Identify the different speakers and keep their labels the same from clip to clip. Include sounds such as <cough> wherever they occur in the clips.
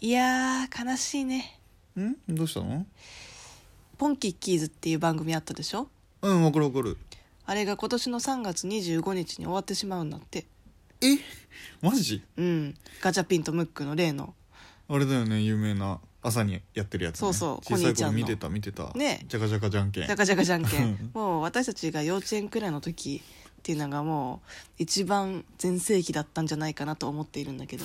Speaker 1: いやー悲しいね
Speaker 2: んどうしたの
Speaker 1: ポンキッキーズっていう番組あったでしょ
Speaker 2: うんわかるわかる
Speaker 1: あれが今年の3月25日に終わってしまうんだって
Speaker 2: えマジ
Speaker 1: うんガチャピンとムックの例の
Speaker 2: あれだよね有名な朝にやってるやつ、ね、
Speaker 1: そうそう
Speaker 2: 小
Speaker 1: コ
Speaker 2: さ
Speaker 1: ニー
Speaker 2: い
Speaker 1: ちゃ
Speaker 2: 頃
Speaker 1: んの
Speaker 2: 見てた見てた
Speaker 1: ね
Speaker 2: じゃかじゃかじゃんけん。
Speaker 1: じゃかじゃかじゃんけん
Speaker 2: <laughs>
Speaker 1: もう私たちが幼稚園くらいの時っていうのがもう一番全盛期だったんじゃないかなと思っているん
Speaker 2: <laughs>
Speaker 1: だけど。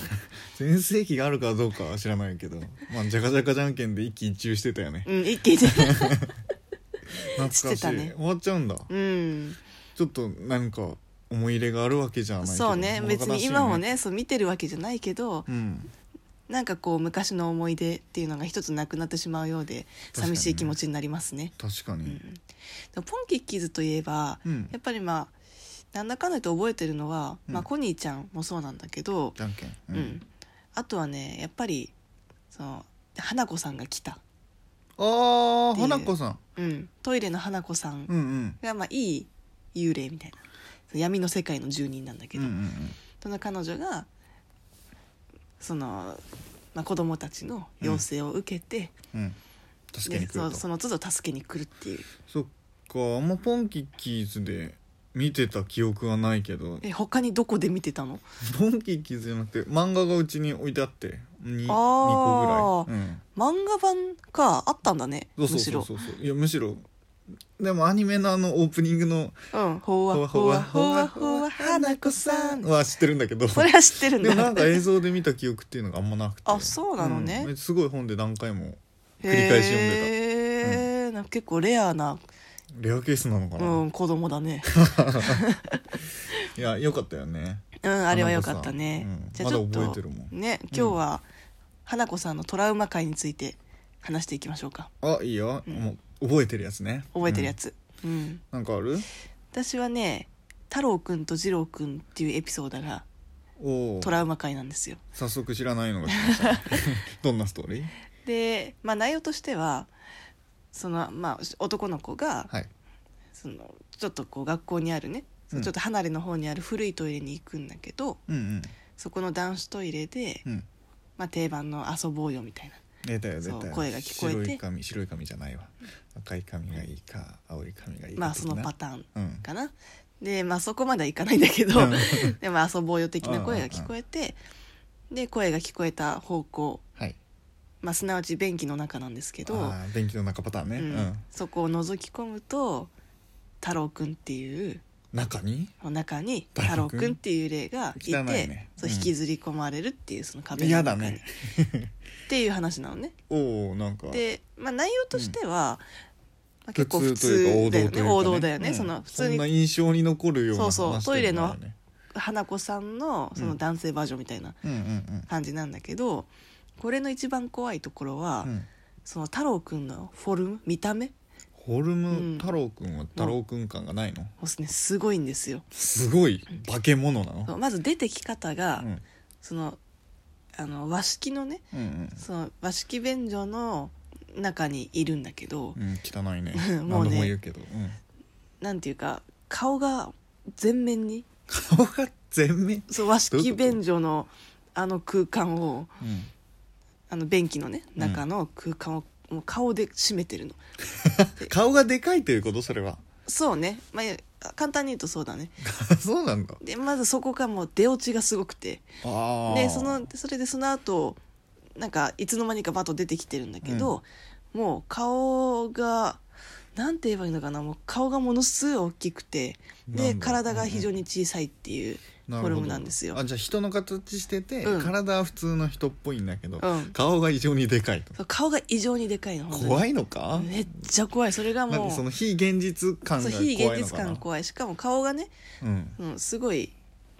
Speaker 2: 全盛期があるかどうかは知らないけどまあじゃかじゃかじゃんけんで一喜一憂してたよね
Speaker 1: うん、一
Speaker 2: <laughs>
Speaker 1: 気で。
Speaker 2: 懐かしい
Speaker 1: してたね
Speaker 2: 終わっちゃうんだ
Speaker 1: うん。
Speaker 2: ちょっとなんか思い入れがあるわけじゃないけど
Speaker 1: そうね。
Speaker 2: も
Speaker 1: 別
Speaker 2: 悲し
Speaker 1: に
Speaker 2: い
Speaker 1: 今もね、そう見てるわけじゃないけど、
Speaker 2: うん
Speaker 1: なんかこう昔の思い出っていうのが一つなくなってしまうようで、
Speaker 2: 確かにね
Speaker 1: 寂しい気持ちになりますね。
Speaker 2: 確かに
Speaker 1: でもポンキッキーズといえば、
Speaker 2: うん
Speaker 1: やっぱりまあ、なんだかんだと覚えてるのは、ま
Speaker 2: う
Speaker 1: あ
Speaker 2: ん
Speaker 1: コニーちゃんもそうなんだけど、
Speaker 2: じゃんけん
Speaker 1: うん。あとはね、やっぱり、その、花子さんが来た。
Speaker 2: ああ
Speaker 1: っていう
Speaker 2: 花子さん
Speaker 1: うん、トイレの花子さん
Speaker 2: うんうん
Speaker 1: が、まあ、いい幽霊みたいなその闇の世界の住人なんだけ
Speaker 2: うん
Speaker 1: ど、
Speaker 2: うんうん
Speaker 1: その彼女がその、まあ、子供たちの要請を受けて、
Speaker 2: うん助けに
Speaker 1: で
Speaker 2: 来る
Speaker 1: そ
Speaker 2: と
Speaker 1: その都度助けに来るっていう
Speaker 2: そっかあんまポンキッキーズで見てた記憶はないけど
Speaker 1: え他にどこで見てたの
Speaker 2: ポンキッキーズじゃなくて漫画がうちに置いてあって
Speaker 1: あ
Speaker 2: 2, 個
Speaker 1: ー
Speaker 2: ぐらい、うん、
Speaker 1: 漫画版かあったんだね
Speaker 2: そうそうそうそうそういやむしろでもアニメのあのオープニングの
Speaker 1: むしろ「うん、ほわほわほわほわ花子さん」
Speaker 2: は知ってるんだけど
Speaker 1: それは知ってるん
Speaker 2: でもなん
Speaker 1: だ
Speaker 2: か映像で見た記憶っていうのがあんまなくて
Speaker 1: あそうなのね
Speaker 2: うんすごい本で何回も
Speaker 1: 繰
Speaker 2: り返し読んで
Speaker 1: で
Speaker 2: た
Speaker 1: た結構レアな、
Speaker 2: レアケースなのかな、
Speaker 1: うん、子供だね
Speaker 2: いやよかったよね
Speaker 1: うん、あれは良かったね。
Speaker 2: 花子さんうんまだ覚えてるもん
Speaker 1: ね、今日は、花子さんのトラウマ回について話していきましょうか。
Speaker 2: あいいよ、もう覚えてるやつね
Speaker 1: 覚えてるや、つ。うん。
Speaker 2: うんなんかある
Speaker 1: 私はね、太郎くんと二郎くんっていうエピソードが
Speaker 2: おお
Speaker 1: トラウマ回なんですよ。
Speaker 2: 早速知らないのが来
Speaker 1: <laughs>
Speaker 2: ましたねどんなストーリー
Speaker 1: で、まあ内容としては、その、まあ男の子が、
Speaker 2: はい
Speaker 1: その、ちょっとこう学校にあるね、
Speaker 2: うん
Speaker 1: ちょっと離れの方にある古いトイレに行くんだけど、
Speaker 2: うん
Speaker 1: そこの男子トイレで、
Speaker 2: うんうん
Speaker 1: まあ定番の遊ぼうよみたいな。
Speaker 2: 出たよ出た
Speaker 1: そう
Speaker 2: よ
Speaker 1: 声が聞こえて
Speaker 2: 白い髪白い髪じゃないわ赤い髪がいいか青い髪がいいか
Speaker 1: まあそのパ
Speaker 2: タ
Speaker 1: ターン。
Speaker 2: ーン
Speaker 1: かなでまあそこまではいかないんだけど
Speaker 2: うん
Speaker 1: <laughs> でも遊ぼうよ的な声が聞こえてで声が聞こえた方向、
Speaker 2: はい
Speaker 1: まあ、すなわち便器の中なんですけど、
Speaker 2: あー電気の中パターンね、
Speaker 1: う
Speaker 2: うんん、
Speaker 1: そこを覗き込むと太郎くんっていう
Speaker 2: 中に
Speaker 1: 中に太
Speaker 2: 太
Speaker 1: 郎
Speaker 2: 郎
Speaker 1: く
Speaker 2: く
Speaker 1: ん太郎く
Speaker 2: ん
Speaker 1: んっていう霊がいて
Speaker 2: 汚いね
Speaker 1: そう
Speaker 2: うん
Speaker 1: 引きずり込まれるっていうその壁の
Speaker 2: 嫌
Speaker 1: 中
Speaker 2: だ
Speaker 1: に、
Speaker 2: ね
Speaker 1: っていう話なのね。
Speaker 2: おおんか
Speaker 1: で、まあ、内容としては、まあ、
Speaker 2: 普
Speaker 1: 結構普
Speaker 2: 通とい
Speaker 1: 通
Speaker 2: うか
Speaker 1: だ
Speaker 2: 王
Speaker 1: よ
Speaker 2: 道とい
Speaker 1: ね王道
Speaker 2: うか、ね、
Speaker 1: だよね、
Speaker 2: うん
Speaker 1: その普通
Speaker 2: そんな
Speaker 1: に
Speaker 2: 印象に残るような
Speaker 1: そうそう
Speaker 2: 話というか
Speaker 1: トイ
Speaker 2: ね
Speaker 1: 花子さんのその男性バージョンみたいな
Speaker 2: うんうん
Speaker 1: 感じなんだけどこれの一番怖いところは、
Speaker 2: うんうん
Speaker 1: その太郎くんのフォルム見た目も
Speaker 2: ホル
Speaker 1: うん
Speaker 2: ム太郎くんは太郎くん感がないの、
Speaker 1: うねすごいんですよ
Speaker 2: すごい化け物なの、
Speaker 1: まず出てき方が、
Speaker 2: うん
Speaker 1: そのあの和式のね
Speaker 2: うん
Speaker 1: その和式便所の中にいるんだけど、
Speaker 2: うん、うん、汚いね
Speaker 1: <laughs> もうね
Speaker 2: 何度も言うけど、うん、
Speaker 1: なんていうか顔が全面に
Speaker 2: 顔が全面、
Speaker 1: そう和
Speaker 2: どうい
Speaker 1: 式
Speaker 2: うこと
Speaker 1: 便所のあの空間を
Speaker 2: うん、
Speaker 1: あの便器のね中の空間を、もう顔で占めてるの
Speaker 2: 顔がでかいということそれは
Speaker 1: そうね、まあ、簡単に言うと <laughs> そうだね
Speaker 2: そうなんだ
Speaker 1: でまずそこがもう出落ちがすごくて
Speaker 2: ああ
Speaker 1: でそのそれでその後なんかいつの間にかバッと出てきてるんだけど、もう顔がなんて言えばいいのかなもう顔がものすごい大きくてで
Speaker 2: なんだ
Speaker 1: 体が非常に小さいっていうフォルムなんですよ。
Speaker 2: あじゃあ人の形してて、
Speaker 1: うん
Speaker 2: 体は普通の人っぽいんだけど、
Speaker 1: うん
Speaker 2: 顔が異常にでかいと
Speaker 1: そう顔が異常にでかいの
Speaker 2: 怖
Speaker 1: い
Speaker 2: いのか、
Speaker 1: めっちゃ怖いそれがも
Speaker 2: 何
Speaker 1: う
Speaker 2: その非現実感
Speaker 1: そ
Speaker 2: が
Speaker 1: う
Speaker 2: 怖
Speaker 1: 非
Speaker 2: いのかな
Speaker 1: 現実感怖いしかも顔がね、
Speaker 2: うん、
Speaker 1: うん、すごい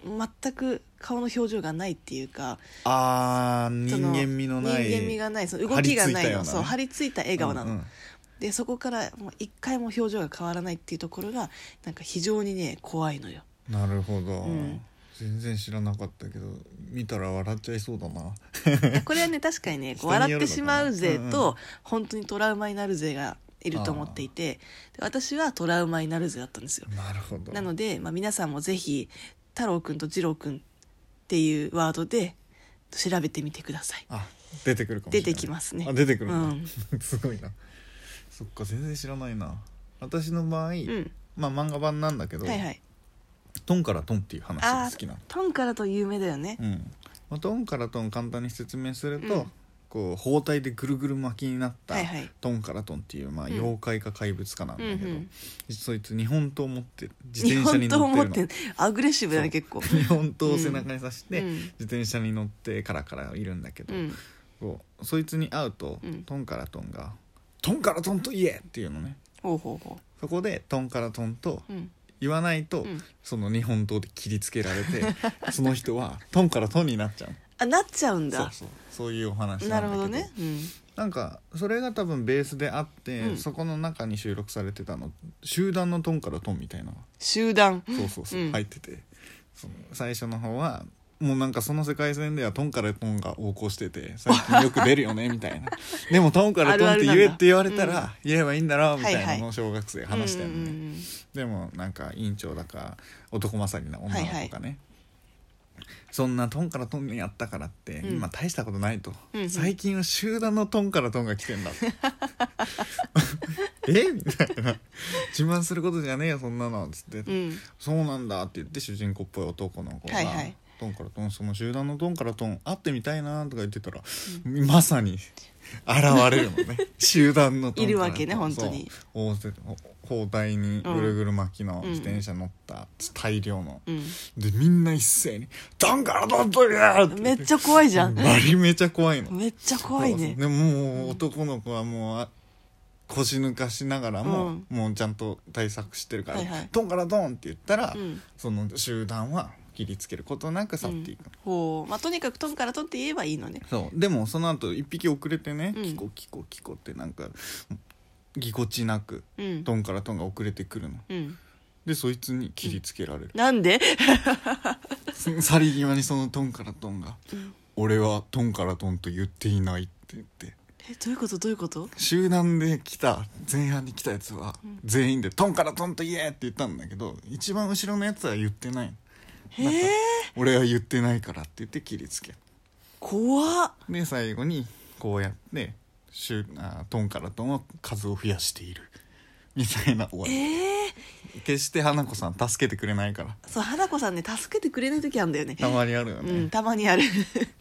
Speaker 1: 全く顔の表情がないっていうか
Speaker 2: あー
Speaker 1: そ
Speaker 2: 人間味のない
Speaker 1: 人間味がないその動きがないの
Speaker 2: 張り付いたようなね
Speaker 1: そう張り付いた笑顔なの、
Speaker 2: うんうん
Speaker 1: でそこからもう一回も表情が変わらないっていうところがなんか非常にね怖いのよ
Speaker 2: なるほど、
Speaker 1: うん
Speaker 2: 全然知らなかったけど見たら笑っちゃいそうだな
Speaker 1: いやこれはね確かにねこう
Speaker 2: <laughs> 人によるのかな
Speaker 1: 笑ってしまうぜ
Speaker 2: うんう
Speaker 1: と本当にトラウマになるぜがいると思っていてで私はトラウマになるぜだったんですよ
Speaker 2: なるほど
Speaker 1: なので、まあ、皆さんもぜひ太郎くんと二郎くんっていうワードで調べてみてください
Speaker 2: あ出てくるかもしれない
Speaker 1: 出てきますね
Speaker 2: あ出てくる
Speaker 1: うん
Speaker 2: だ、
Speaker 1: ん、
Speaker 2: <laughs> すごいなそっか全然知らないな私の場合、
Speaker 1: うん、
Speaker 2: まあ漫画版なんだけど、
Speaker 1: はいはい
Speaker 2: トンからトンっていう話が好きなの
Speaker 1: トンからと有名だよね
Speaker 2: うんまあ、トンからトン簡単に説明すると、
Speaker 1: うん
Speaker 2: こう包帯でぐるぐる巻きになった、
Speaker 1: はいはい
Speaker 2: トンからトンっていう、まあ、
Speaker 1: うん
Speaker 2: 妖怪か怪物かなんだけど、
Speaker 1: うんうん
Speaker 2: そいつ日本刀持って自
Speaker 1: 日
Speaker 2: 転車
Speaker 1: 本
Speaker 2: に
Speaker 1: 刀
Speaker 2: 乗
Speaker 1: 持
Speaker 2: っ
Speaker 1: って
Speaker 2: る
Speaker 1: て
Speaker 2: の
Speaker 1: アグレッシブだね
Speaker 2: そう
Speaker 1: 結構
Speaker 2: 日本刀を背中に刺して、
Speaker 1: うん
Speaker 2: 自転車に乗ってカラカラいるんだけど、
Speaker 1: うん
Speaker 2: こうそいつに会うと、
Speaker 1: うん
Speaker 2: トンからトンが「トンからトンと言え!」っていうのね
Speaker 1: ほうほうほ
Speaker 2: そこでトンからトンと
Speaker 1: ううん
Speaker 2: 言わないと、
Speaker 1: うん
Speaker 2: その日本刀で切りつけられて
Speaker 1: <laughs>
Speaker 2: その人はトンからトンになっちゃう
Speaker 1: あなっちゃうん
Speaker 2: そう
Speaker 1: だ
Speaker 2: そうそういうお話な
Speaker 1: なん
Speaker 2: だ
Speaker 1: る
Speaker 2: け
Speaker 1: ほ
Speaker 2: ど
Speaker 1: どねうん
Speaker 2: なんかそれが多分ベースであって、
Speaker 1: うん
Speaker 2: そこの中に収録されてたの集団のトンからトンみたいな
Speaker 1: 集団
Speaker 2: そうそうそう、
Speaker 1: うん
Speaker 2: 入っててその最初の方はもうなんかその世界線ではトンからトンが横行してて最近よく出
Speaker 1: <laughs>
Speaker 2: るよねみたいなでもトンからトンって言えって言われた
Speaker 1: あるあるなん
Speaker 2: ら言えばいいんだろうみたい
Speaker 1: は
Speaker 2: ないの
Speaker 1: は
Speaker 2: を小学生話したよね、
Speaker 1: うんうんうん
Speaker 2: でもなんか委員長だか男勝りな女の子がね、
Speaker 1: は
Speaker 2: そんなトンからトンにやったからって、
Speaker 1: うん
Speaker 2: 今大したことないと、
Speaker 1: うんうん
Speaker 2: 最近は集団のトンからトンが来て <laughs> んだ
Speaker 1: <laughs>
Speaker 2: えみたいな自慢することじゃねえよそんなのっつって、
Speaker 1: うん
Speaker 2: そうなんだって言って主人公っぽい男の子が、
Speaker 1: はいはい
Speaker 2: トンからトンその集団のトンからトン会ってみたいなとか言ってたら、まさに現れるの
Speaker 1: <laughs>
Speaker 2: ね集団のトンか
Speaker 1: い
Speaker 2: らトン
Speaker 1: るわけね本当に
Speaker 2: そう大勢包帯にぐるぐる巻きの自転車乗った大量の、
Speaker 1: うん
Speaker 2: でみんな一斉に「トンからトントンや!」って
Speaker 1: めっちゃ怖いじゃん
Speaker 2: バリめちゃ怖いの
Speaker 1: めっちゃ怖いね
Speaker 2: そうそうでももう男の子はもうあ腰抜かしながらも、
Speaker 1: うん
Speaker 2: もうちゃんと対策してるから「
Speaker 1: はいはい
Speaker 2: トンからトン!」って言ったら、
Speaker 1: うん
Speaker 2: その集団は切りつけることなく去っていく、
Speaker 1: ほうまあとにかくトンからトンって言えばいいのね
Speaker 2: そうでもその後一匹遅れてね、
Speaker 1: うん
Speaker 2: キコキコキコってなんかぎこちなく
Speaker 1: うん
Speaker 2: トンからトンが遅れてくるの
Speaker 1: うん
Speaker 2: でそいつに切りつけられる、
Speaker 1: なんで <laughs>
Speaker 2: <laughs> 去り際にそのトンからトンが「俺はトンからトンと言っていない」って言って
Speaker 1: えどういうことどういうこと
Speaker 2: 集団で来た前半に来たやつは全員で「トンからトンと言え!」って言ったんだけど一番後ろのやつは言ってない
Speaker 1: へえ
Speaker 2: 俺は言ってないからって言って切りつける
Speaker 1: 怖っ
Speaker 2: で最後にこうやってシュあトンからトンは数を増やしているみたいな終わり、
Speaker 1: ええ
Speaker 2: 決して花子さん助けてくれないから
Speaker 1: そう花子さんね助けてくれない時あるんだよね
Speaker 2: たまにあるよね、
Speaker 1: うんたまにある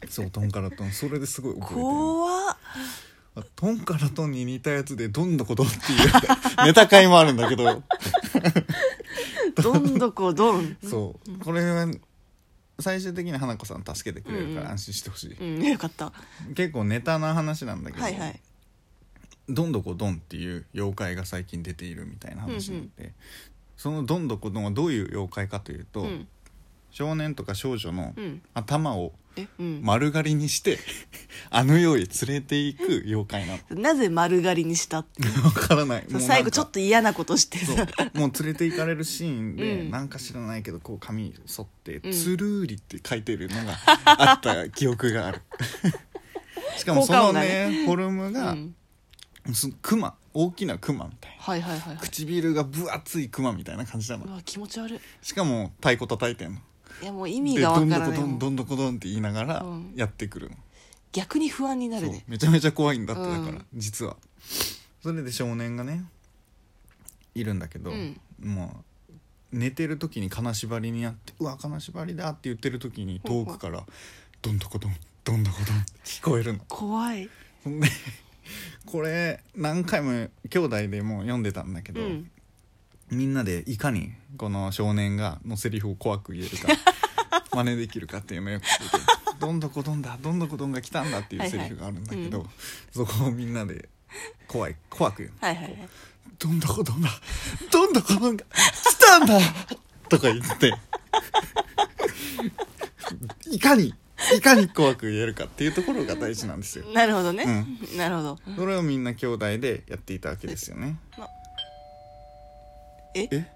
Speaker 2: そうトンからトンそれですごい覚えてる
Speaker 1: 怖っ
Speaker 2: あトンからトンに似たやつでどんなことっていう <laughs> ネタ会もあるんだけど
Speaker 1: どんどこどん
Speaker 2: そうこれは最終的に花子さん助けてくれるか
Speaker 1: うんう
Speaker 2: ら
Speaker 1: ん
Speaker 2: 安心してほしい、
Speaker 1: うんよかった
Speaker 2: 結構ネタな話なんだけど、
Speaker 1: はいはい
Speaker 2: どんどこどんっていう妖怪が最近出ているみたいな話になって、そのどんどこどんはどういう妖怪かというと、
Speaker 1: うん
Speaker 2: 少年とか少女の
Speaker 1: うん
Speaker 2: 頭を
Speaker 1: えうん
Speaker 2: 丸刈り
Speaker 1: <laughs>
Speaker 2: にして、あの世へ連れていく妖怪なの
Speaker 1: なぜ丸刈りにしたって
Speaker 2: わからない
Speaker 1: そう
Speaker 2: もうなんか
Speaker 1: 最後ちょっと嫌なことして <laughs>
Speaker 2: そう
Speaker 1: さ
Speaker 2: もう連れて行かれるシーンで、
Speaker 1: うん
Speaker 2: なんか知らないけどこう髪剃って「
Speaker 1: ん
Speaker 2: つるーり」って書いてるのがあった記憶がある
Speaker 1: <laughs>
Speaker 2: しかもその
Speaker 1: 効果音が
Speaker 2: ねフォルム
Speaker 1: う
Speaker 2: が、
Speaker 1: ん
Speaker 2: そのクマ大きなクマみたいな
Speaker 1: はいはいはいはい
Speaker 2: 唇が分厚いクマみたいな感じなの
Speaker 1: うわ気持ち悪い
Speaker 2: しかも太鼓叩いてんの
Speaker 1: いやもう意
Speaker 2: で
Speaker 1: 味が
Speaker 2: ど
Speaker 1: わ
Speaker 2: ん
Speaker 1: か
Speaker 2: ど
Speaker 1: ら
Speaker 2: こ
Speaker 1: ない
Speaker 2: どん
Speaker 1: もう
Speaker 2: どんどこどんって言いながら
Speaker 1: うん
Speaker 2: やってくるの、
Speaker 1: 逆に不安になる
Speaker 2: そう
Speaker 1: ね
Speaker 2: めちゃめちゃ怖いんだってだ
Speaker 1: う
Speaker 2: か
Speaker 1: ん
Speaker 2: ら、実はそれで少年がねいるんだけど、
Speaker 1: うん
Speaker 2: もう寝てる時に金縛りにあって「うわ金縛りだ」って言ってる時に遠くから「どんどこどんどんどこどん」って聞こえるの
Speaker 1: 怖い
Speaker 2: ほんでこれ何回も兄弟でもう読んでたんだけ
Speaker 1: う
Speaker 2: ど、
Speaker 1: ん
Speaker 2: みんなでいかにこの少年がのセリフを怖く言えるか <laughs> 真似できるかっていうのをよく聞いて「どんどこどんだどんどこどんが来たんだ」っていうセリフがあるんだけど、
Speaker 1: は
Speaker 2: そこをみんなで怖い怖く言うの
Speaker 1: はいはいはい
Speaker 2: 「どんどこどんだどんどこどんが来たんだ!」とか言っていかにいかに怖く言えるかっていうところが大事なんですよ。
Speaker 1: なるほどね <laughs> なるほど
Speaker 2: それをみんな兄弟でやっていたわけですよね。
Speaker 1: え
Speaker 2: え